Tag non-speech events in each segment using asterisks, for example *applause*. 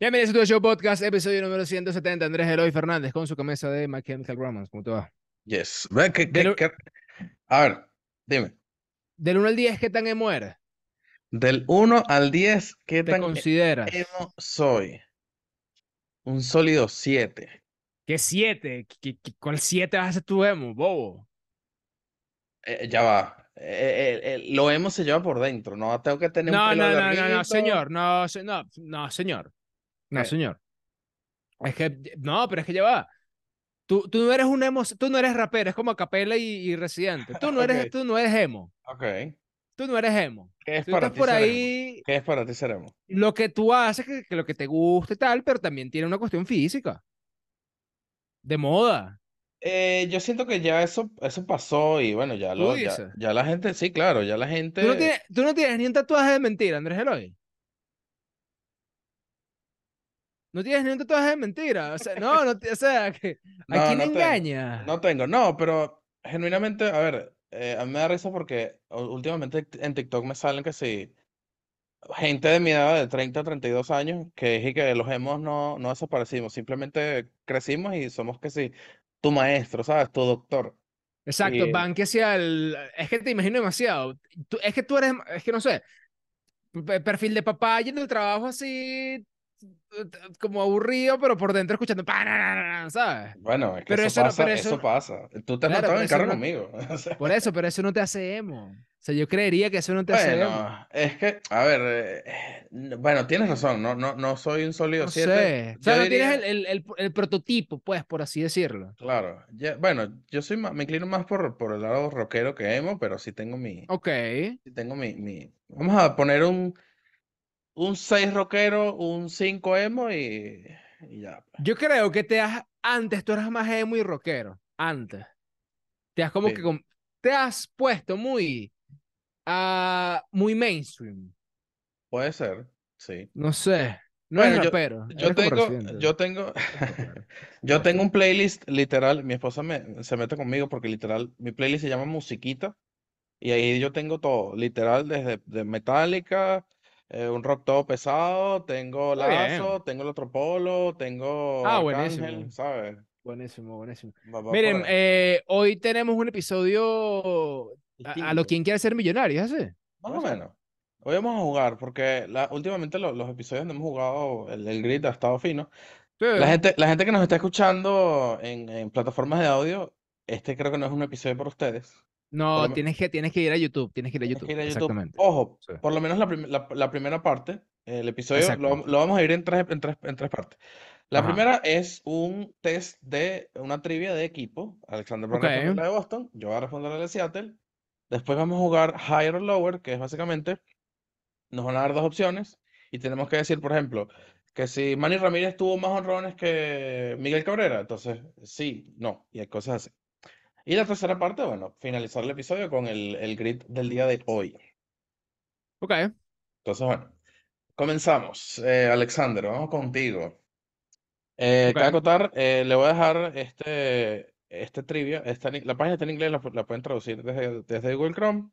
Bienvenidos a tu show podcast, episodio número 170. Andrés Eloy Fernández con su camisa de My Chemical Romance. ¿Cómo te va? Yes. Ve, que- que- Pero- que- A ver, dime. Del 1 al 10, ¿qué tan emo eres? Del 1 al 10, ¿qué ¿Te tan e- consideras? emo soy? Un sólido 7. ¿Qué 7? ¿Cuál 7 vas a ser tu emo, bobo? Eh, ya va. Eh, eh, eh, lo emo se lleva por dentro, ¿no? Tengo que tener un No, pelo no, no, no, no, larguito. señor. No, se- no, no, señor. No, ¿Qué? señor. Es que, no, pero es que ya va. Tú, tú no eres un emo, tú no eres rapero, es como Acapela y, y Residente. Tú no eres, *laughs* Ok. tú no eres emo. Ok. Tú no eres emo. ¿Qué es Tú para estás ti por ser emo? ahí, ¿Qué es para ti ser emo? lo que tú haces, que, que lo que te gusta y tal, pero también tiene una cuestión física. De moda. Eh, yo siento que ya eso, eso pasó y bueno, ya ¿Tú lo, ya, dices? ya la gente, sí, claro, ya la gente. Tú no, tienes, tú no tienes ni un tatuaje de mentira, Andrés Eloy. No tienes ni un tatuaje de mentira. O sea, no, no, te- o sea, *laughs* que, ¿a No, quién no tengo. engaña? No tengo, no, pero genuinamente, a ver, eh, a mí me da risa porque u- últimamente en TikTok me salen que sí, gente de mi edad de 30 a 32 años que dije que los hemos no, no desaparecimos, simplemente crecimos y somos que sí, tu maestro, ¿sabes? Tu doctor. Exacto, Sí. van que hacia el. Es que te imagino demasiado. Tú- es que tú eres. Es que no sé. pe- Perfil de papá yendo al trabajo así. Como aburrido, pero por dentro escuchando. pa, na, na, na, na, ¿Sabes? Bueno, es que Pero eso eso no- pasa, pero eso eso no- pasa. Tú te Claro, has montado pero en el eso carro no- conmigo. o sea. Por eso, pero eso no te hace emo. O sea, yo creería que eso no te *laughs* hace emo. Bueno, es que, a ver, eh, n- bueno, tienes razón, no, no, no soy un sólido No 7. sé. O sea, yo no tienes diría- el, el, el, el prototipo, pues, por así decirlo. Claro, ya- bueno, yo soy más, me inclino más por, por el lado rockero que emo, pero sí tengo mi, Ok. sí tengo mi, mi, vamos a poner un, un 6 rockero, un 5 emo y, y ya. pues. Yo creo que te has. Antes tú eras más emo y rockero. Antes. Te has como Sí. que. com- Te has puesto muy. ah, muy mainstream. Puede ser, sí. No sé. No Bueno, eres yo- rapero. Yo eres como tengo, Residente. yo tengo, *laughs* Claro. *laughs* yo tengo un playlist literal, mi esposa me, se mete conmigo porque literal, mi playlist se llama Musiquita y ahí yo tengo todo, literal, desde de Metallica, eh, un rock todo pesado, tengo Está bien. Lazo, tengo el otro polo, tengo Ah, buenísimo. Arcángel, ¿sabes? Buenísimo, buenísimo. Va- va por Miren, ahí. eh, hoy tenemos un episodio a, a lo Distinto, quien quiere ser millonario, ¿es así? más puede o ser. menos. Hoy vamos a jugar porque la, últimamente lo- los episodios donde hemos jugado el, el grid ha estado fino. La Sí. gente, la gente que nos está escuchando en, en plataformas de audio, este creo que no es un episodio para ustedes. por lo No, men- tienes que, tienes que ir a YouTube, tienes que ir a Tienes YouTube, que ir a YouTube. Oh. exactamente. Ojo, Sí. por lo menos la, prim- la- la primera parte, el episodio, lo, Exacto. vam- lo vamos a ir en tres, en tres, en tres partes. La Ajá. primera es un test de una trivia de equipo. Alexander va a Ok. responder la de Boston, yo voy a responder la de Seattle. Después vamos a jugar Higher o Lower, que es básicamente, nos van a dar dos opciones y tenemos que decir, por ejemplo, que si Manny Ramírez tuvo más honrones que Miguel Cabrera, entonces sí, no, y hay cosas así. Y la tercera parte, bueno, finalizar el episodio con el, el grid del día de hoy. Ok. Entonces, bueno, comenzamos. Eh, Alexander, vamos contigo. Eh, cabe Ok. acotar, eh, le voy a dejar este, este trivia. Está en in- la página está en inglés, la, pu- la pueden traducir desde, desde Google Chrome.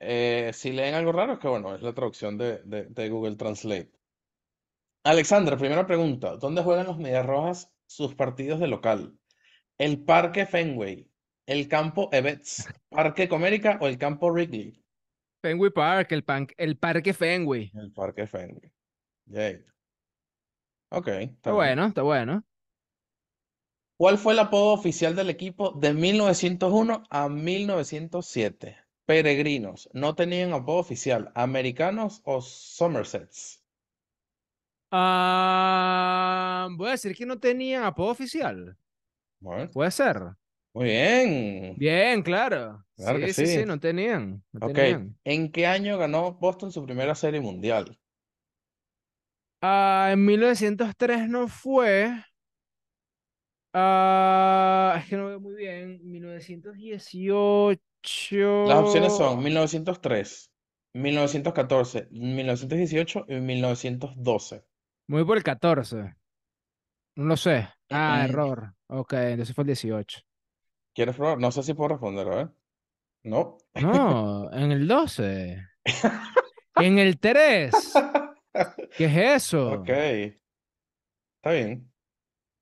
Eh, si leen algo raro, es que bueno, es la traducción de, de- de Google Translate. Alexander, primera pregunta. ¿Dónde juegan los Medias Rojas sus partidos de local? ¿El Parque Fenway, el Campo Ebbets, Parque Comérica o el Campo Wrigley? Fenway Park, el, pan- el parque Fenway. El Parque Fenway. Yay. Ok, está Está bien. bueno, está bueno. ¿Cuál fue el apodo oficial del equipo de 1901 a 1907? Peregrinos. No tenían apodo oficial. ¿Americanos o Somersets? Ah, voy a decir que no tenían apodo oficial. Bueno, Puede ser. muy bien. Bien, claro. Claro que sí, sí, sí. sí, no tenían. No Ok. tenían. ¿En qué año ganó Boston su primera serie mundial? Ah, en 1903 no fue. Ah, es que no veo muy bien. 1918. Las opciones Oh. son 1903, 1914, 1918 y 1912. Muy por el 14. No lo sé. Ah, Mm, error. Ok, entonces fue el 18. ¿Quieres probar? No sé si puedo responder, a ver. No. *laughs* No, en el 12. En el 3. ¿Qué es eso? Ok. Está bien.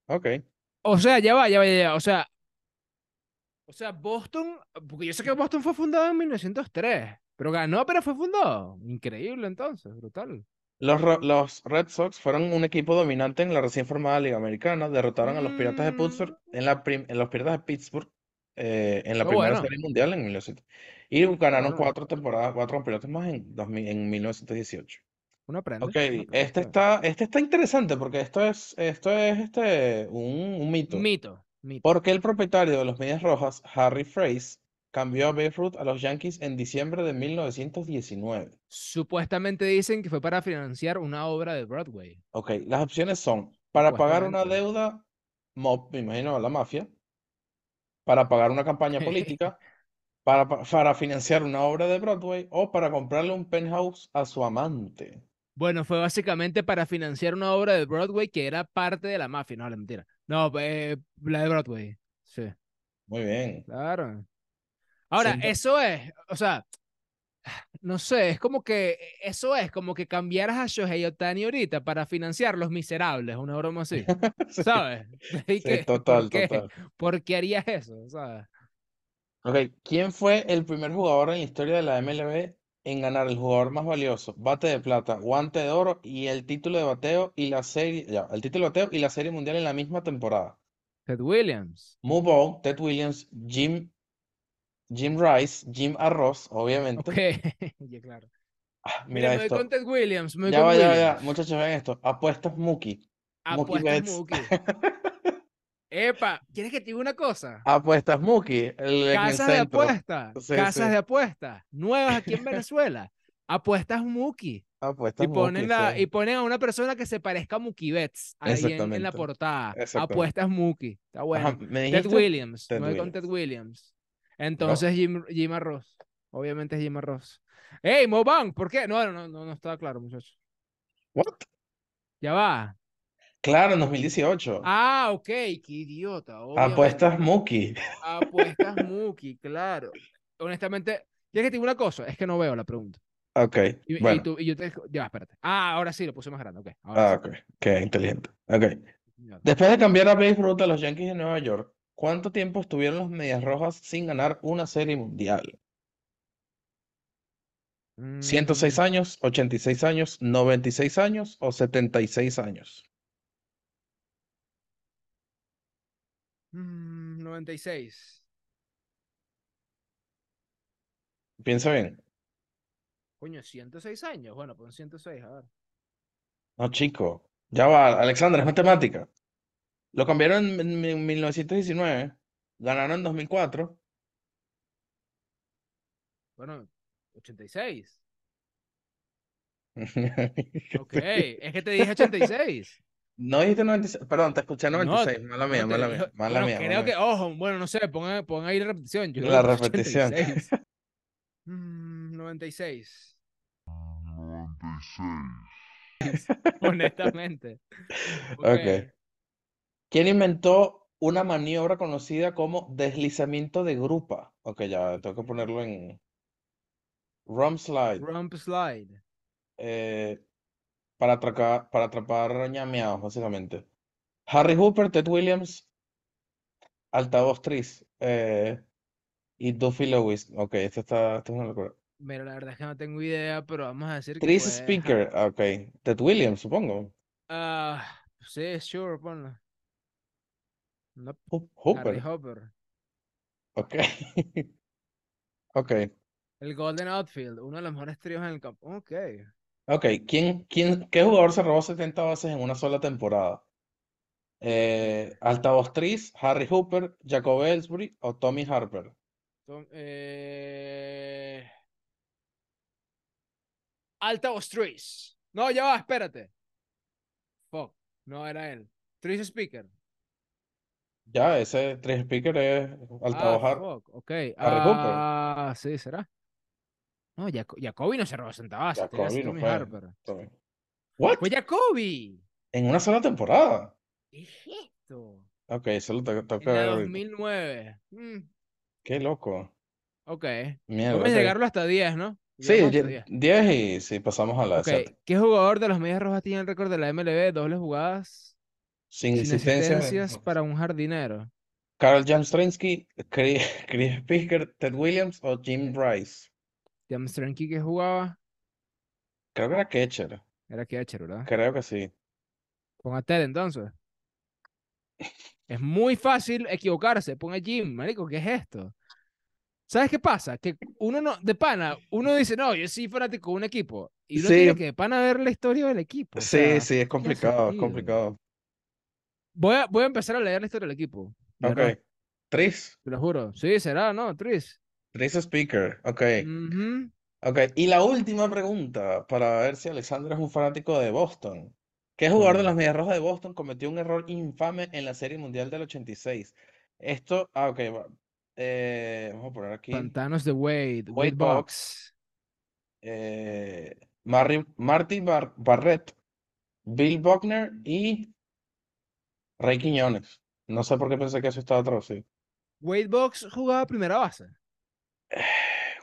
Ok. O sea, ya va, ya va, ya va. O sea, o sea, Boston, porque yo sé que Boston fue fundado en 1903, pero ganó, pero fue fundado. Increíble entonces, brutal. Los, Ro- los Red Sox fueron un equipo dominante en la recién formada Liga Americana. Derrotaron a los Piratas de Pittsburgh Mm. en la prim- en los Piratas de Pittsburgh eh, en la Ah, primera bueno. Serie Mundial en 1900. Y ganaron Bueno, cuatro temporadas, cuatro campeonatos más en, 2000 en 1918. uno aprende, Ok, uno aprende. este está bien. está, este está interesante porque esto es, esto es este, un, un mito. Mito, mito. Porque el propietario de los Medias Rojas, Harry Fraze, cambió a Babe Ruth a los Yankees en diciembre de 1919. Supuestamente dicen que fue para financiar una obra de Broadway. Ok, las opciones son para pagar una Supuestamente. deuda, mo- me imagino a la mafia, para pagar una campaña política, para, pa- para financiar una obra de Broadway o para comprarle un penthouse a su amante. Bueno, fue básicamente para financiar una obra de Broadway que era parte de la mafia. No, la mentira. No, eh, la de Broadway. Sí, Muy bien. claro. Ahora, Siento- eso es, o sea, no sé, es como que, eso es como que cambiaras a Shohei Ohtani ahorita para financiar Los Miserables, una broma así, *laughs* Sí, ¿sabes? *laughs* ¿Y sí, qué? ¿Por total, qué? total. ¿Por qué harías eso? ¿Sabes? Ok, ¿quién fue el primer jugador en la historia de la MLB en ganar el jugador más valioso, bate de plata, guante de oro y el título de bateo y la serie, ya, el título de bateo y la serie mundial en la misma temporada? Ted Williams. Mubo, Ted Williams, Jim, Jim Rice, Jim Arroz, Ok, *laughs* obviamente. ya claro. Ah, Mira, mira me voy con esto. Ted Williams, me voy Ya con va, ya va, ya. Williams. Muchachos, vean esto. Apuestas Mookie. Mookie Apuestas Betts. Mookie. *laughs* Epa, ¿quieres que te diga una cosa? Apuestas Mookie el- Ah, en el Casas de centro. apuestas, Sí, sí. casas de apuestas, nuevas aquí en Venezuela. Apuestas Muki. Apuestas Y ponen, Mookie, sí. la, y ponen a una persona que se parezca a Mookie Betts ahí en, en la Exactamente. portada. Exactamente. Apuestas Mookie. Está Ajá, bueno. ¿me Ted dijiste? Williams. Ted Me voy con Ted Williams. Williams. Bro. Entonces Jim, Jim Arroz. Obviamente es Jim Arroz. ¡Ey, Mo Bank! ¿Por qué? No, no, no, no no estaba claro, muchacho. What? Ya va. Claro, en 2018. Ah, ok. Qué idiota, obviamente. Apuestas Mookie. *laughs* Apuestas Mookie, claro. Honestamente, ya que te digo una cosa, es que no veo la pregunta. Ok, Y, y bueno. tú, y yo te... Ya, va, espérate. Ah, ahora sí, lo puse más grande. Ok, ahora Ah, sí. ok. Qué inteligente. Ok. Señor. Después de cambiar a Babe Ruth a los Yankees de Nueva York, ¿cuánto tiempo estuvieron los Medias Rojas sin ganar una serie mundial? ¿106 Mm, años, 86 años, 96 años o 76 años? mm, 96. Piensa bien. Coño, 106 años. Bueno, pon 106, a ver. No, chico. Ya va, Alexander, es matemática. Lo cambiaron en, en- en 1919, ganaron en 2004. Bueno, *laughs* 86. Ok, es que te dije 86. *laughs* No dijiste 96, perdón, te escuché No, 96, mala mía, no te mala mía, *laughs* dijo. mala Bueno, mía, mala creo que, mía. ojo, bueno, no sé, pongan, pongan ahí la repetición. Yo creo La que fue repetición. 86. *laughs* Mm, 96. 96. *laughs* *laughs* Honestamente. Ok. Ok. ¿Quién inventó una maniobra conocida como deslizamiento de grupa? Ok, ya tengo que ponerlo en Rum slide Rump slide. eh, para atracar, para atrapar ñameados, básicamente. Harry Hooper, Ted Williams, Altavoz Tris eh, y Duffy Lewis. Ok, esta está, esta es una locura. Mira, la verdad es que no tengo idea, pero vamos a decir que Tris fue. Speaker, ok. Ted Williams, supongo. Ah, sí, sure, ponlo. Nope. Hoop- Harry Hooper, Hopper. ok. *laughs* Ok, El Golden Outfield, uno de los mejores tríos en el campo. Ok. ok. ¿Quién, quién, qué jugador se robó 70 bases en una sola temporada? Eh, Altavoz Tris, Harry Hooper, Jacob Ellsbury o Tommy Harper. Tom- eh... Alta Trees. No, ya va, espérate. Fuck. No era él. Trees Speaker. Ya, ese Tris Speaker es Ah, Altavoz Har- fuck. Ok. Harry Hooper. Ah, sí, será. No, Jaco- Jacoby no se robó centavos, te iba a Jacoby decir no Tommy fue. Harper. Tommy. ¿What? Fue Jacoby. En una sola temporada. ¿Qué es esto? Ok, eso lo te- tengo que En la ver ahorita. 2009. Mm, Qué loco. ok. Mierda, Vamos a ok. llegarlo hasta 10, ¿no? Sí, Llevamos hasta die- 10. 10 y si pasamos a la Ok, 7. ¿qué jugador de los Medias Rojas tiene el récord de la MLB? Dobles jugadas Sin sin existencia. asistencias para un jardinero. Carl Jamstrinski, Chris, *laughs* Chris Picker, Ted Williams o Jim Rice. Jamstrenki que jugaba Creo que era Ketcher. era catcher, ¿verdad? Creo que sí. Ponga Ted entonces. Es muy fácil equivocarse. Ponga Jim, marico, ¿qué es esto? ¿Sabes qué pasa? Que uno no, de pana, uno dice, no, yo soy fanático de un equipo. Y uno Sí. tiene que de pana ver la historia del equipo. o sí, sea, sí, es complicado, es sentido. complicado. Voy a, voy a empezar a leer la historia del equipo. verás, Ok. Tris. Te lo juro. Sí, será, ¿no? Tris. Tris Speaker. Ok. Mm. Ujú. Ok. Y la última pregunta para ver si Alexander es un fanático de Boston. ¿Qué jugador de Coño. las Medias Rojas de Boston cometió un error infame en la Serie Mundial del 86? Esto. Ah, ok. va- eh, vamos a poner aquí. Pantanos de Wade. Wade Wade Box. Box. eh, Marri- Marty Bar- Barrett, Bill Buckner y Ray Quiñones. No sé por qué pensé que eso estaba traducido. Wade Box jugaba primera base.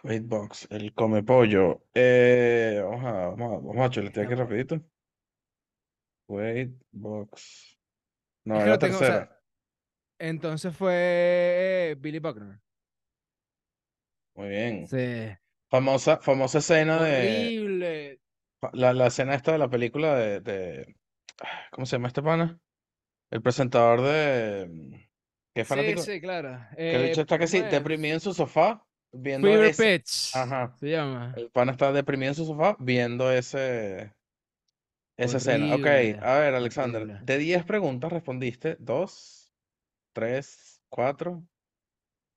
Wait Box, el come pollo. Eh, vamos a, vamos a, vamos a chuletear aquí Está- rapidito. Wait Box. No, Es que era lo tengo, o sea, tercera. Entonces fue Billy Buckner. Muy bien. Sí. Famosa, famosa escena de Horrible. fa- la, la escena esta de la película de, de- ¿cómo se llama este pana? El presentador de mm, que es Sí, fanático. sí, claro. Que el Eh, bicho está ¿cómo casi es? deprimido en su sofá viendo Fever ese. Pitch. Ajá. Se llama. El pana está deprimido en su sofá viendo ese, esa escena. Ok, Horrible. a ver, Alexander, Horrible. de 10 preguntas respondiste 2, 3, 4,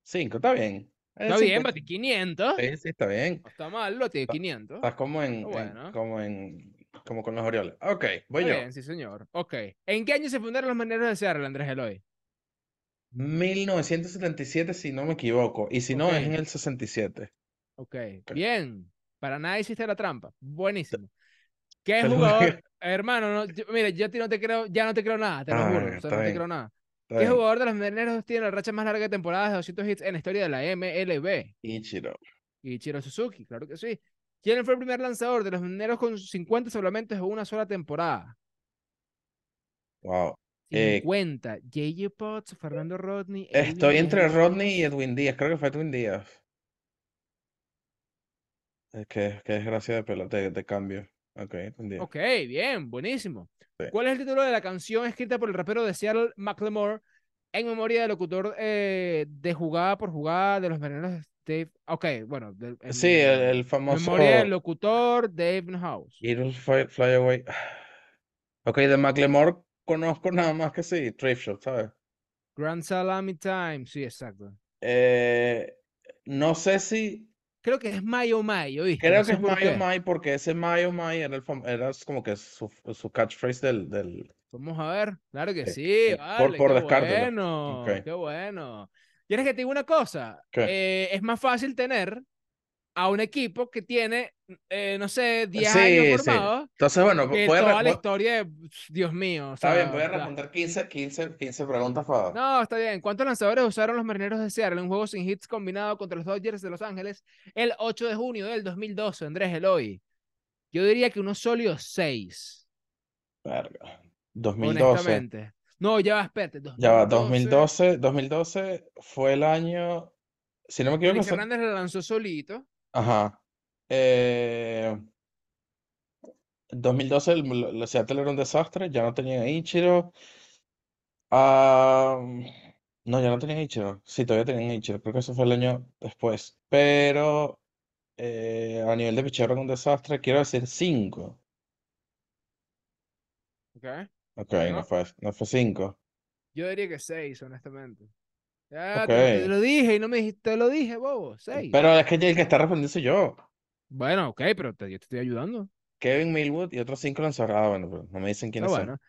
5. Está bien. El Está bien, 50. batí 500. Sí, sí, está bien. No está mal, lo tiene Está- 500. Estás como Está en, en- bueno. como en, como con los Orioles. Ok, voy Está yo. bien, sí, señor. Ok. ¿En qué año se fundaron los maneros de Seattle, Andrés Eloy? 1977, si no me equivoco. Y si no, es en Ok. el 67. Ok, Ok. bien. Para nada hiciste la trampa. Buenísimo. ¿Qué Te lo *laughs* jugador, hermano? No, yo- mira, yo a ti no te creo, ya no te creo nada, te lo Ah, juro. bueno, O sea, está no te bien, creo nada. está ¿Qué bien. jugador de los Marineros tiene la racha más larga de temporadas de 200 hits en la historia de la MLB? Ichiro. Ichiro Suzuki, claro que sí. ¿Quién fue el primer lanzador de los Marineros con 50 solamente en una sola temporada? Wow. Eh, 50. J.J. Potts, Fernando Rodney, Edwin Estoy entre Díaz. Rodney y Edwin Díaz, creo que fue Edwin Díaz. Eh, Qué, qué desgracia de pelota, de, de cambio. Ok, Edwin Díaz. Ok, bien, buenísimo. Sí. ¿Cuál es el título de la canción escrita por el rapero de Seattle, Macklemore, en memoria del locutor eh, de jugada por jugada de los Marineros, Dave? Ok, bueno, del- Sí, en el, el memoria del famoso locutor Dave House. Eagle Fly, Fly Away. Ok, de Macklemore conozco nada más que sí, Thrift Shop, ¿sabes? Grand Salami Time, sí, exacto. Eh, no sé si, Creo que es Mayo Mayo, ¿viste? No creo que sé es por Mayo qué. Mai, porque ese Mayo Mai era, el fam- era como que su, su catchphrase del, del... Vamos a ver. Claro que Sí, sí, sí, Eh, por, vale, por qué descarte. pues. Ok, bueno, qué bueno. ¿Quieres que te diga una cosa? ok. Eh, es más fácil tener a un equipo que tiene, eh, no sé, 10 años Sí, sí. formados Entonces, bueno, que puedes... toda la historia de, Dios mío, o Está bien, voy sea, a ya. responder 15, 15, 15 preguntas para... No, está bien. ¿Cuántos lanzadores usaron los Marineros de Seattle en un juego sin hits combinado contra los Dodgers de Los Ángeles el 8 de junio del 2012, Andrés Eloy? Yo diría que unos sólidos 6, Verga. 2012. honestamente. No, ya va, espérate, Ya va, 2012. 2012. 2012 fue el año... Si no me equivoco, Félix se- Hernández la lanzó solito. Ajá. Eh, 2012 el, lo- lo- Seattle era un desastre. Ya no tenían a Ichiro. Ah, no, ya no tenían a Ichiro. Sí, todavía tenían a Ichiro. Creo que eso fue el año después. Pero eh, a nivel de picheo era un desastre. Quiero decir 5. Ok. Ok, no No, fue, no fue 5. yo diría que 6, honestamente. Ya te, te Ok. lo dije y no me dijiste, te lo dije, bobo, 6. Pero es que el que está respondiendo soy yo. Bueno, ok, pero te, yo te estoy ayudando. Kevin Millwood y otros cinco lanzadores. Ah, bueno, pero no me dicen Está quiénes son. bueno.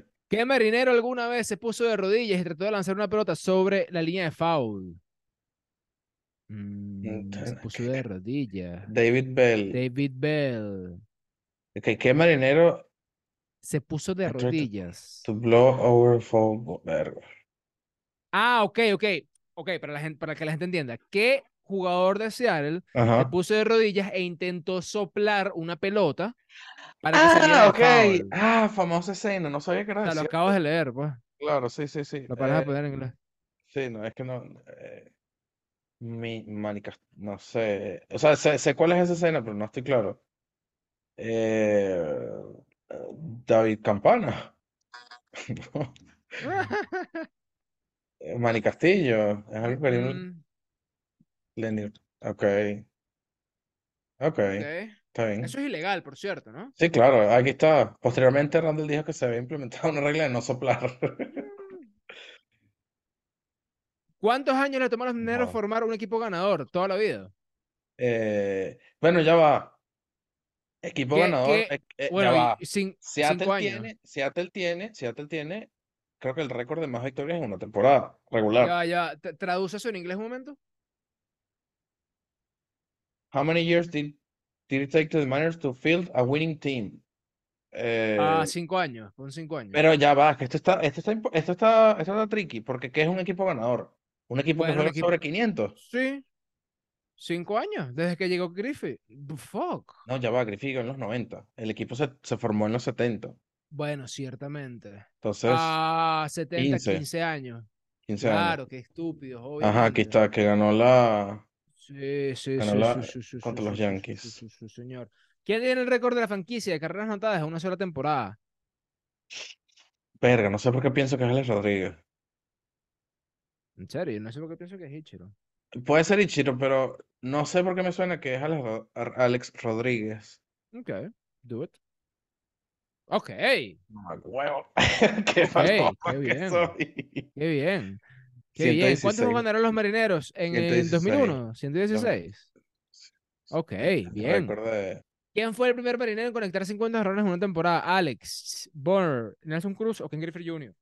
Ok. ¿Qué marinero alguna vez se puso de rodillas y trató de lanzar una pelota sobre la línea de foul? Mm, se Ent- puso que- de que- rodillas. David Bell. David Bell Ok, ¿qué marinero? se puso de I tried to, rodillas. to blow over for... Verga. Ah, ok, ok. Ok, para, la gente, para que la gente entienda. ¿Qué jugador de Seattle se Ajá. puso de rodillas e intentó soplar una pelota para que saliera Ah, de ok. foul. Ah, famosa escena. No sabía que era O de sea, lo Seattle. acabas de leer, pues. Claro, sí, sí, sí. Lo paras Eh, de poner en *laughs* inglés. Sí, no, es que no. eh, mi manica, no sé. O sea, sé, sé cuál es esa escena, pero no estoy claro. Eh, eh, David Campana. *laughs* No, eh, Manny Castillo. Es algo que Lenny- *laughs* Mm, Lenny- Ok, ok, ok. está bien. Eso es ilegal, por cierto, ¿no? Sí, claro, aquí está. Posteriormente, Randall dijo que se había implementado una regla de no soplar. *laughs* ¿Cuántos años le tomó a los mineros No. formar un equipo ganador? Toda la vida. Eh, bueno, ya va. Equipo ¿Qué- ganador. qué- eh, eh, ya Bueno, y- va. y cin- Seattle cinco años. tiene, Seattle tiene, Seattle tiene, creo que el récord de más victorias en una temporada regular. Ya, va, ya. va. Tra- Traduce eso en inglés un momento. How many years did, did it take to the Mariners to field a winning team? Ah, Eh, cinco años. Con cinco años. pero ya va, que esto está, esto está, impo- esto está, esto está tricky, porque ¿qué es un equipo ganador? Un equipo que Bueno, un juega equipo- sobre 500. Sí. Cinco años. Desde que llegó Griffith. B- Fuck. No, ya va, Griffith llegó en los 90. El equipo se, se formó en los 70. Bueno, ciertamente. Entonces, Ah, 70, 15, 15 años. 15 años. Claro, qué estúpidos, Ajá, obviamente. aquí está, que ganó la, Sí, sí, ganó sí, sí, la sí, sí, sí, contra sí, sí, sí, los sí, Yankees. sí, sí, señor. ¿Quién tiene el récord de la franquicia de carreras anotadas en una sola temporada? Verga, no sé por qué pienso que es Alex Rodríguez. En serio, yo no sé por qué pienso que es Ichiro. Puede ser Ichiro, pero no sé por qué me suena que es Alex, Ro- Ar- Alex Rodríguez. Ok, do it. Ok, Huevo. ok, *laughs* Qué qué *laughs* paloma que bien, soy. qué bien, qué bien. ¿Cuántos juegos 116, ganaron los marineros en el 116. 2001? dos- 116. Ok, El bien. récord de... ¿Quién fue el primer marinero en conectar 50 errores en una temporada? ¿Alex Bonner, Nelson Cruz o Ken Griffey Jr.?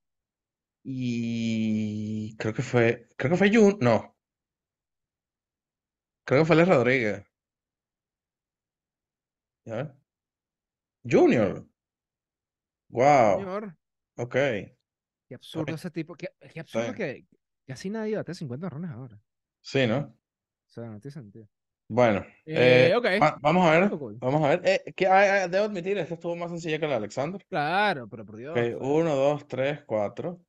Y creo que fue, creo que fue Jun, no, creo que fue Alex Rodríguez. A ver. Junior. Wow. Señor, Ok. qué Está absurdo bien, ese tipo. Qué, qué está absurdo bien. que casi nadie bate 50 errores ahora. Sí, ¿no? O sea, no tiene sentido. Bueno, eh, Eh, ok, va- vamos a ver, estuvo cool. vamos a ver. Eh, que, ah, ah, debo admitir, esta estuvo más sencilla que la de Alexander. Claro, pero por Ok, uh. Dios, fue. 1, 2, 3, 4,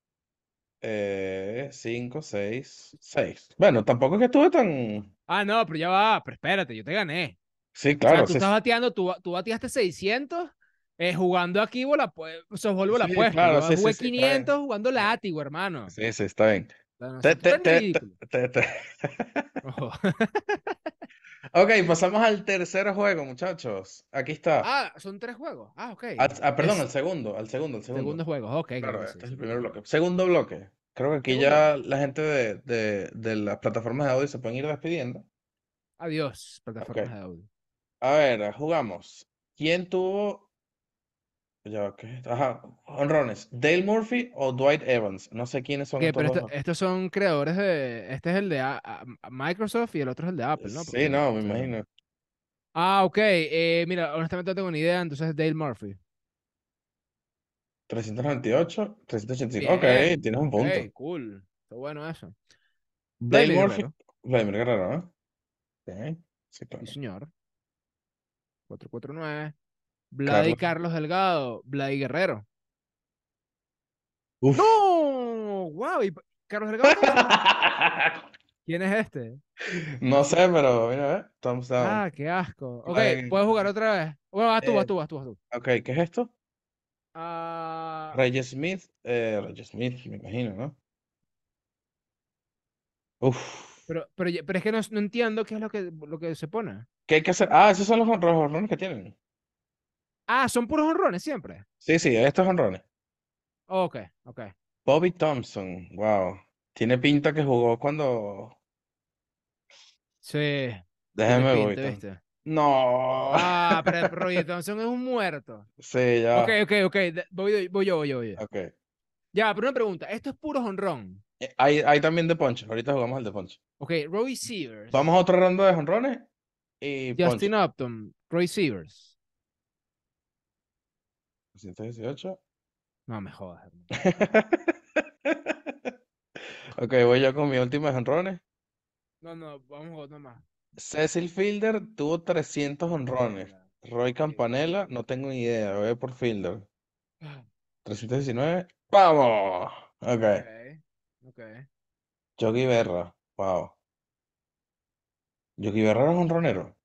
eh, 5, 6, 6. Bueno, tampoco es que estuve tan... Ah, no, pero ya va, pero espérate, yo te gané. Sí, O sea, claro, Ah, tú sí, estás sí, bateando, tú, ba- tú bateaste 600 eh, jugando aquí bola, pues, softball bola sí, puesto. claro, Yo sí, sí, jugué sí, está bien. 500 jugando está bien, látigo, hermano. Sí, sí, está bien. O sea, no Te- seas tú te- tan te- te- *laughs* ridículo. *laughs* te- te- Ojo. Ok, pasamos al tercer juego, muchachos. Aquí está. Ah, son tres juegos. Ah, ok. Al- ah, perdón, al Es segundo, al segundo, al segundo. segundo juego. Ok, claro Claro, que sí, este es el segundo primer juego. bloque. Segundo bloque. Creo que aquí Segundo bloque. ya la gente de, de- de las plataformas de audio se pueden ir despidiendo. Adiós, Ok. plataformas de audio. A ver, jugamos. ¿Quién tuvo... Ya, va, ¿qué es esto? Ajá, honrones. ¿Dale Murphy o Dwight Evans? No sé quiénes Ok, son estos pero este dos. esto- estos son creadores de. Este es el de A- a- a Microsoft y el otro es el de Apple, ¿no? Sí, Porque. no, me o sea, imagino. Ah, ok. eh, mira, honestamente no tengo ni idea, entonces Dale Murphy. 398, 385. Ok, Bien. tienes un eh, Ok, punto. cool. Está bueno eso. Dale Vladimir Murphy, Guerrero. Vladimir Guerrero, ¿no? Ok, Sí, Sí, claro. señor. 449. Vladi Carlos. Carlos Delgado. Vladi Guerrero. Uf. ¡No! ¡Wow! ¿Y pa- *laughs* Carlos Delgado está eso? ¿Quién es este? *laughs* No sé, pero mira, a ver, thumbs down. Ah, qué asco. Ok, Vale, puedes jugar otra vez. Bueno, vas tú, vas eh, tú, vas tú, vas tú. ok, ¿qué es esto? Ah, Reggie Smith, eh, Reggie Smith, me imagino, ¿no? Uf. pero, pero, ya- pero es que no, no entiendo qué es lo que, lo que se pone. ¿Qué hay que hacer? Ah, esos son los honro- los honrones que tienen. Ah, son puros honrones siempre. Sí, sí, estos honrones. Ok, ok. Bobby Thompson, wow. Tiene pinta que jugó cuando. Sí, tiene Déjeme Bobby pinta, Thompson. ¿viste? No. *laughs* Ah, pero Roy Thompson es un muerto. Sí, Ok, ya. ok, ok. de- Voy, voy yo, voy yo, voy yo. Ok. Ya, pero una pregunta. Esto es puro honrón. Eh, Hay, hay también de ponche. Ahorita jugamos al de ponche. Ok, Roy Severs. Vamos a otra ronda de honrones y ponche. Justin Upton. Roy Severs. 318. No me jodas, hermano. Ok, voy yo con mi última de jonrones. No, no, vamos otra más. Cecil Fielder tuvo 300 honrones. Roy Campanella, no tengo ni idea. Voy por Fielder. 319. ¡Vamos! Ok. Ok, ok. Yogi Berra. Wow. Yogi Berra era un honronero.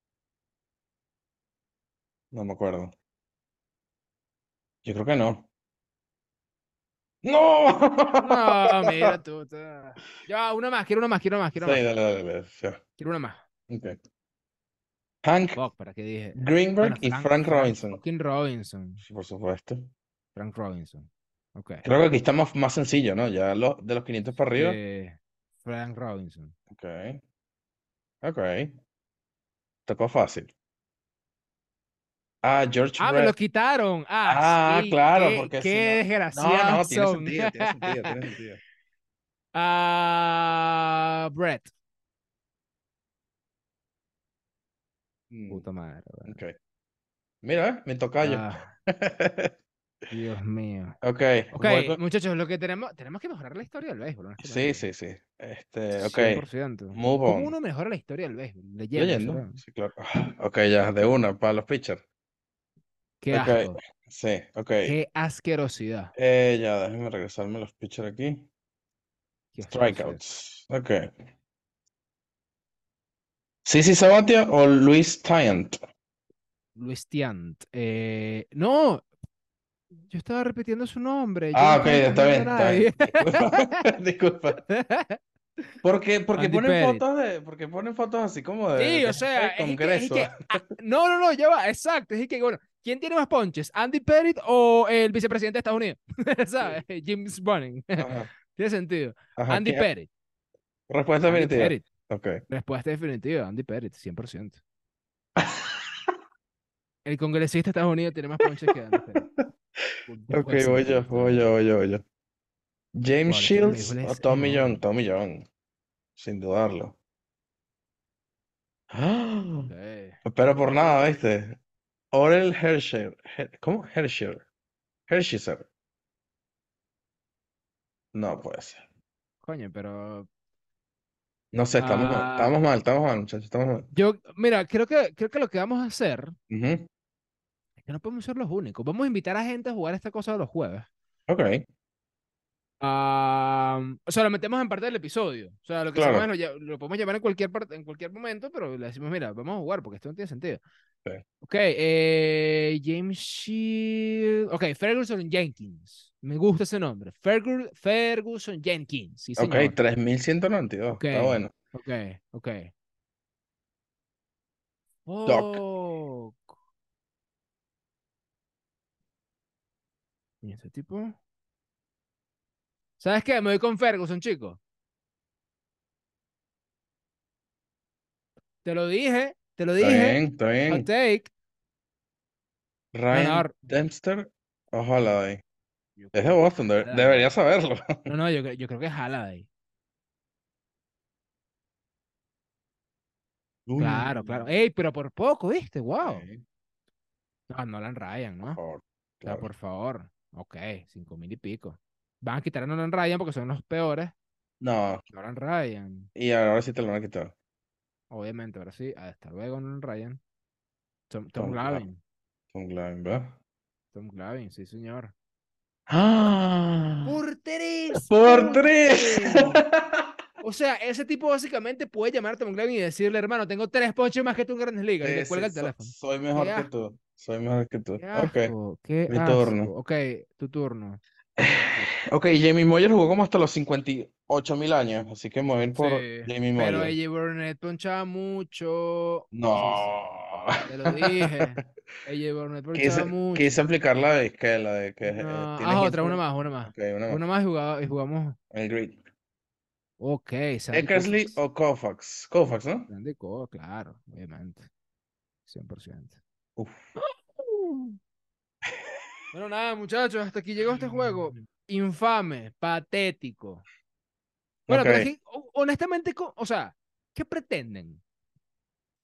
No me acuerdo. Yo creo que no. ¡No! *laughs* No, mira tú. tú. Ya, una más, quiero una más, quiero una más, quiero Sí, una más. dale, dale, dale, ya, Quiero una más. ok. Hank Fuck, ¿para qué dije? Greenberg Bueno, y Frank- Frank Frank Robinson. Fucking Robinson. Sí, por supuesto. Frank Robinson. Ok. Creo que aquí está más, más sencillo, ¿no? Ya lo- de los 500 para arriba. Eh, Frank Robinson. Ok. Ok. Tocó fácil. Ah, George Ah, me Brett. lo quitaron. Ah, Ah, sí, claro, qué, porque si qué no- desgraciados No, no, tiene son. sentido, tiene sentido, tiene sentido. *laughs* Ah, Brett. Mm, Puta madre. ok. Mira, eh, mi tocayo. Ah, Dios mío. *laughs* Ok, Ok, voy con- muchachos, lo que tenemos, tenemos que mejorar la historia del béisbol. Sí, honestamente. sí, sí. Este, ok. 100%. Move ¿Cómo on. uno mejora la historia del béisbol? Leyendo. Leyendo. ¿verdad? Sí, claro. *laughs* Ok, ya, de una, para los pitchers. Qué Ok. asco. Sí, ok. Qué asquerosidad. Eh, ya, déjenme regresarme los pitchers aquí. Qué asquerosidad. Strikeouts. Ok. Sisi Sabatia o Luis Tyant. Eh, Luis Tiant. Eh, no, yo estaba repitiendo su nombre. yo Ah, no ok, estaba está bien, cambiando a está bien. Disculpa. *laughs* disculpa. *laughs* nadie. Porque, porque Andy ponen Pettit. fotos de, porque ponen fotos así como de, *laughs* Sí, de o sea, es que- es congreso. que- ah, no, no, no, ya va, exacto. Es que, bueno, ¿quién tiene más ponches? ¿Andy Pettit o el vicepresidente de Estados Unidos? *laughs* ¿Sabes? James Bunning. Ajá, *laughs* tiene sentido. ajá, Andy ¿quién- Pettit. Respuesta Andy definitiva. Pettit. Ok. Respuesta definitiva, Andy Pettit, 100%. El congresista de Estados Unidos tiene más ponches que Andy *laughs* Pettit. Ok, voy yo, voy yo, voy yo, voy yo. James Vale, este Shields béisbol o es Tommy enorme. John, Tommy John, sin dudarlo. *gasps* ¡Ah! Sí. Pero por nada, ¿viste? Orel Hersher. Her- ¿Cómo? Hersher. Hershiser. No puede ser. Coño, pero No sé, estamos mal, Ah. estamos mal, estamos mal, muchachos, estamos mal. yo, mira, creo que, creo que lo que vamos a hacer Ujú, es que no podemos ser los únicos. Vamos a invitar a gente a jugar esta cosa de los jueves. Ok, Ah, o sea, lo metemos en parte del episodio. O sea, lo que Claro. hacemos es lo, lle- lo podemos llevar en cualquier parte, en cualquier momento, pero le decimos, mira, vamos a jugar porque esto no tiene sentido. Sí. Ok, eh, James Shield. Ok, Ferguson Jenkins. Me gusta ese nombre. Fergu- Ferguson Jenkins. Sí, ok, señor. 3192, está Ok. bueno. Ok, ok. Doc. Fuck. ¿Y ese tipo? ¿Sabes qué? Me voy con Ferguson, chico. Te lo dije, te lo Está dije. bien, está Hot bien. take. Ryan Ganador. Dempster, ojalá. eh. Yo Es de creo que Boston, de- Halladay. debería saberlo. No, no, yo, cre- yo creo que es Halladay. Claro, claro. *laughs* Eh, Uy, Ey, pero por poco, ¿viste? Wow. ok, No, Nolan Ryan, ¿no? O por favor, sea, claro. por favor. Ok, cinco mil y pico. Van a quitar a Nolan Ryan porque son los peores. No, Nolan Ryan. y ahora sí te lo van a quitar. Obviamente, ahora sí. Hasta luego, Nolan Ryan. Tom, Tom Tom Glavine. Glavine. Con Glavine, ¿verdad? Tom Glavine, sí, señor. ¡Ah! tres. ¡Por tres! *laughs* O sea, ese tipo básicamente puede llamar a Tom Glavine y decirle, hermano, tengo tres ponches más que tú en Grandes Ligas. y Sí, le sí, cuelga el so- teléfono. soy mejor que asco. tú. Soy mejor que tú. Qué Ok. asco, qué mi asco. turno. Ok, tu turno. Ok, Jamie Moyer jugó como hasta los 58 mil años, así que me voy a ir por Sí, Jamie Pero Moyer. AJ Burnett ponchaba mucho. No. Te lo *laughs* dije. AJ Burnett ponchaba Quise, Eh, mucho. quise aplicar la de que la de que eh, No, tienes Ah, otra, una info- más, una más. Ok, una más. Una más y jugaba- y jugamos. El grid. Ok, Sandy Eckersley Koufax. o Koufax. Koufax, ¿no? Grande co, claro, obviamente. 100%. Uf. *laughs* Bueno, nada, muchachos, hasta aquí llegó este *laughs* juego. Infame, patético. Bueno, pero Ok. es que, ho- honestamente, co- o sea, ¿qué pretenden?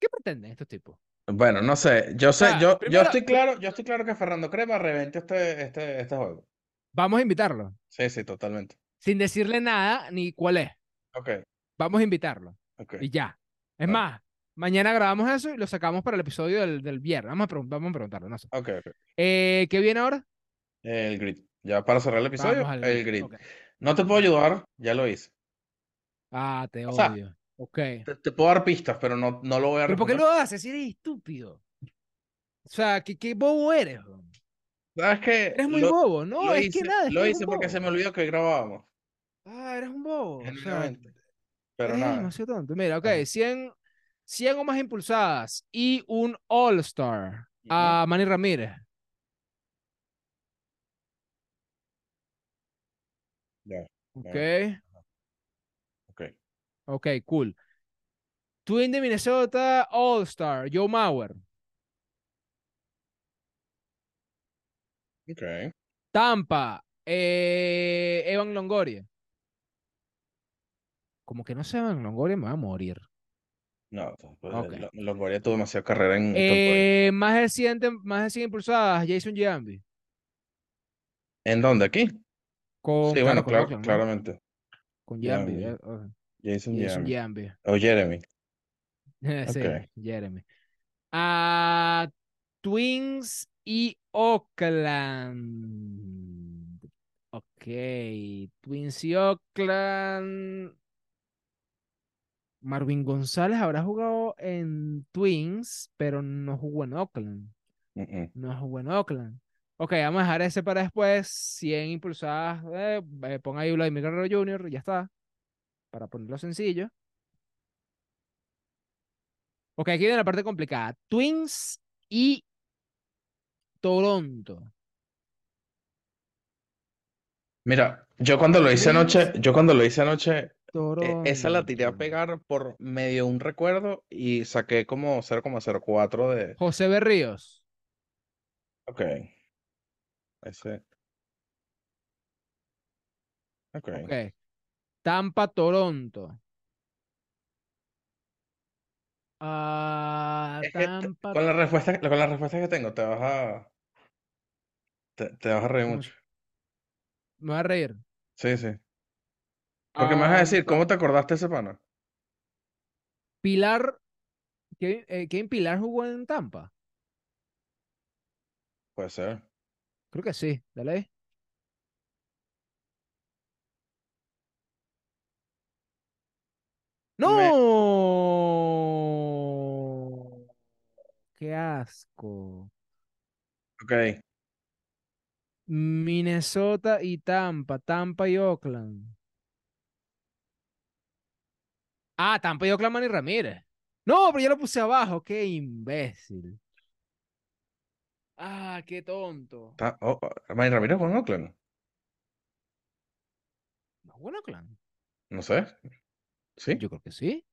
¿Qué pretenden estos tipos? Bueno, no sé. Yo sé, sea, yo, yo primero- estoy claro, yo estoy claro que Fernando Crema revente este, este, este juego. Vamos a invitarlo, Sí, sí, totalmente. sin decirle nada ni cuál es. Ok. Vamos a invitarlo. Ok, y ya. Es Vale. más, mañana grabamos eso y lo sacamos para el episodio del, del viernes. Vamos a, pregun- vamos a preguntarlo, no sé. ok, ok. Eh, ¿Qué viene ahora? El grid. Ya para cerrar el episodio, Vamos al el grid. ok. No te puedo ayudar, ya lo hice. Ah, te O sea, odio. Ok. Te, te puedo dar pistas, pero no, no lo voy a ¿Pero por qué responder. lo haces si eres estúpido? O sea, ¿qué, qué bobo eres? weón? ¿Sabes qué? Eres muy Lo- bobo. No, lo es hice, que nada, es lo que eres un hice porque se me bobo. olvidó que grabábamos, Ah, eres un bobo. O sea, genuinamente. Pero eres nada. demasiado tonto. Mira, ok, Ajá. 100, 100 o más impulsadas y un All-Star Ujú. a Manny Ramírez. Ya, Ok, ya, ok. ok, cool. Twin de Minnesota, All-Star, Joe Mauer. Ok. Tampa, eh, Evan Longoria. Como que no sea Evan Longoria, me va a morir. No, pues, pues, Ok. Lo- Longoria tuvo demasiada carrera en Tampa Bay. Eh, más de 100, tem- más de 100 impulsadas, Jason Giambi. ¿En dónde? ¿Aquí? Con, Sí, oh, claro, bueno, con claro, Oakland, ¿no? claramente. Con Giambi. Giambi, eh, ok. Jason Jason Giambi. Giambi. O Jeremy. *laughs* Sí, Ok. Jeremy. A Twins y Oakland. Ok, Twins y Oakland. Marvin González habrá jugado en Twins, pero no jugó en Oakland. Mm, No jugó en Oakland. Ok, vamos a dejar ese para después. 100 impulsadas. eh, eh, pon ahí Vladimir Guerrero Jr., ya está. Para ponerlo sencillo. Ok, aquí viene la parte complicada. Twins y Toronto. Mira, yo cuando lo hice anoche, Twins, yo cuando lo hice anoche, e- esa la tiré a Toronto. pegar por medio un recuerdo y saqué como 0,04 de... José Berríos. Ok. Ese... Ok. Ok. Tampa, Toronto. Ah, Es que t- Tampa. con la respuesta, con la respuesta que tengo, te vas a... Te, te vas a reír ¿cómo mucho. se- Me voy a reír. Ah, Sí, sí. Porque me vas a decir, Tampa. ¿cómo te acordaste de ese pana? Pilar. Kevin, eh, Kevin Pilar jugó en Tampa. Puede ser. Creo que sí. Dale. ahí. Me... ¡No! ¡Qué asco! Ok. Minnesota y Tampa. Tampa y Oakland. Ah, Tampa y Oakland, Manny Ramírez. No, pero yo lo puse abajo. ¡Qué imbécil! ¡Ah, qué tonto! Ta- Oh, oh, Manny Ramírez jugó en Oakland. ¿No jugó en Oakland? No sé. ¿Sí? Yo creo que sí.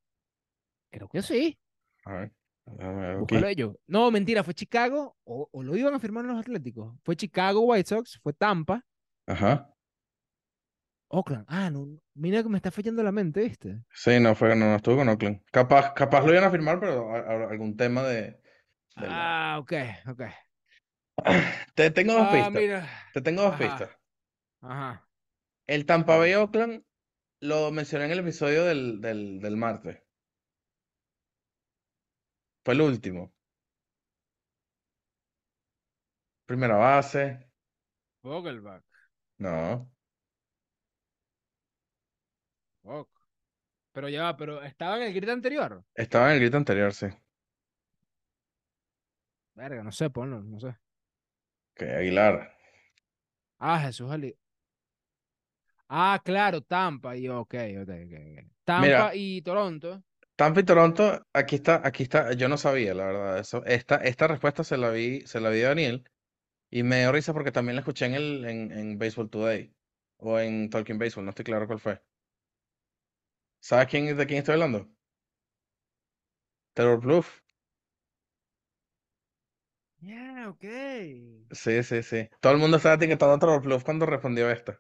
Creo que sí. A ver. Déjame ver Búscalo aquí. ellos. No, mentira, fue Chicago o, o lo iban a firmar los Atléticos. Fue Chicago White Sox, fue Tampa, Ajá. Oakland. Ah, no, no, mira que me está fallando la mente, ¿viste? Sí, no fue, no, no estuvo con Oakland. Capaz, capaz lo iban a firmar, pero a- a- algún tema de, de la- Ah, ok, ok. Te tengo dos Ah, pistas. mira. Te tengo dos pistas. Ajá, ajá. El Tampa Bay Oakland lo mencioné en el episodio del, del, del martes. Fue el último. Primera base. Vogelbach. No. ok. Pero ya, va, pero estaba en el grito anterior. Estaba en el grito anterior, sí. Verga, no sé, ponlo, no sé. Que Aguilar. Ah, Jesús Ali. Ah, claro, Tampa y ok, ok, ok. ok. Tampa Mira, y Toronto. Tampa y Toronto, aquí está, aquí está. Yo no sabía, la verdad. Eso, esta, esta respuesta se la vi, se la vi a Daniel y me dio risa porque también la escuché en el, en, en Baseball Today o en Talking Baseball, no estoy claro cuál fue. ¿Sabes quién, de quién estoy hablando? Terror Bluff. Yeah, ok. Sí, sí, sí. Todo el mundo estaba etiquetando a Terror Bluff cuando respondió esta.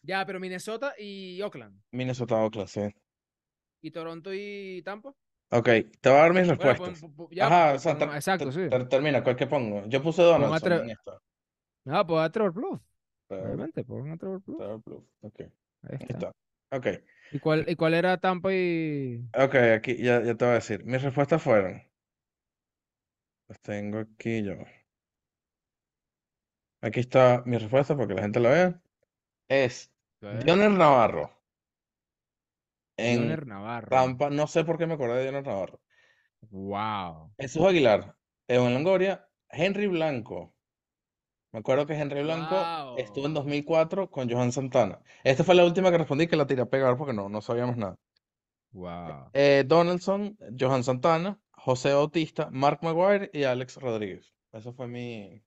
Ya, pero Minnesota y Oakland. Minnesota Oakland, sí. ¿Y Toronto y Tampa? Ok, te voy a dar mis Bueno, pon- respuestas. pon- pon- ya, Ajá, pon- o sea, pon- ter- exacto, ter- sí. ter- termina, ¿cuál que pongo? Yo puse Pon a Donaldson Trevor. en esta. No, pon a Trevor Plouffe, Terror Obviamente, pues pon a Trevor Plouffe. Terror Bluff. Ok, ahí Ahí está. está. Ok, ¿Y cuál, y cuál era Tampa y...? ok, aquí ya, ya te voy a decir. Mis respuestas fueron. Las tengo aquí yo. Aquí está mi respuesta para que la gente la vea. Es Eh, Dioner Navarro en Dioner Navarro. Tampa. No sé por qué me acordé de Dioner Navarro. Wow. Jesús Aguilar, Evan Longoria, Henry Blanco. Me acuerdo que Henry Blanco estuvo en Wow. 2004 con Johan Santana. Esta fue la última que respondí que la tiré a pegar porque no, no sabíamos nada. Wow. Eh, Donaldson, Johan Santana, José Bautista, Mark Maguire y Alex Rodríguez. Eso fue mi...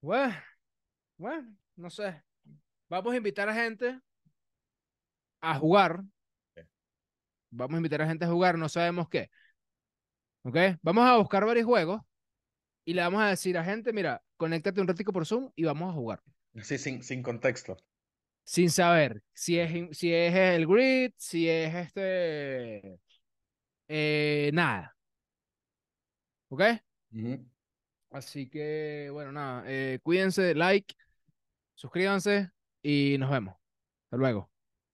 Bueno, bueno, no sé. Vamos a invitar a gente a jugar. Vamos a invitar a gente a jugar, no sabemos qué. ¿Ok? Vamos a buscar varios juegos y le vamos a decir a gente, mira, conéctate un ratico por Zoom y vamos a jugar. Sí, sin, sin contexto. Sin saber si es, in- si es el grid, si es este... eh, nada. ¿Ok? Ujú. Así que, bueno, nada. eh, cuídense, like, suscríbanse y nos vemos. Hasta luego.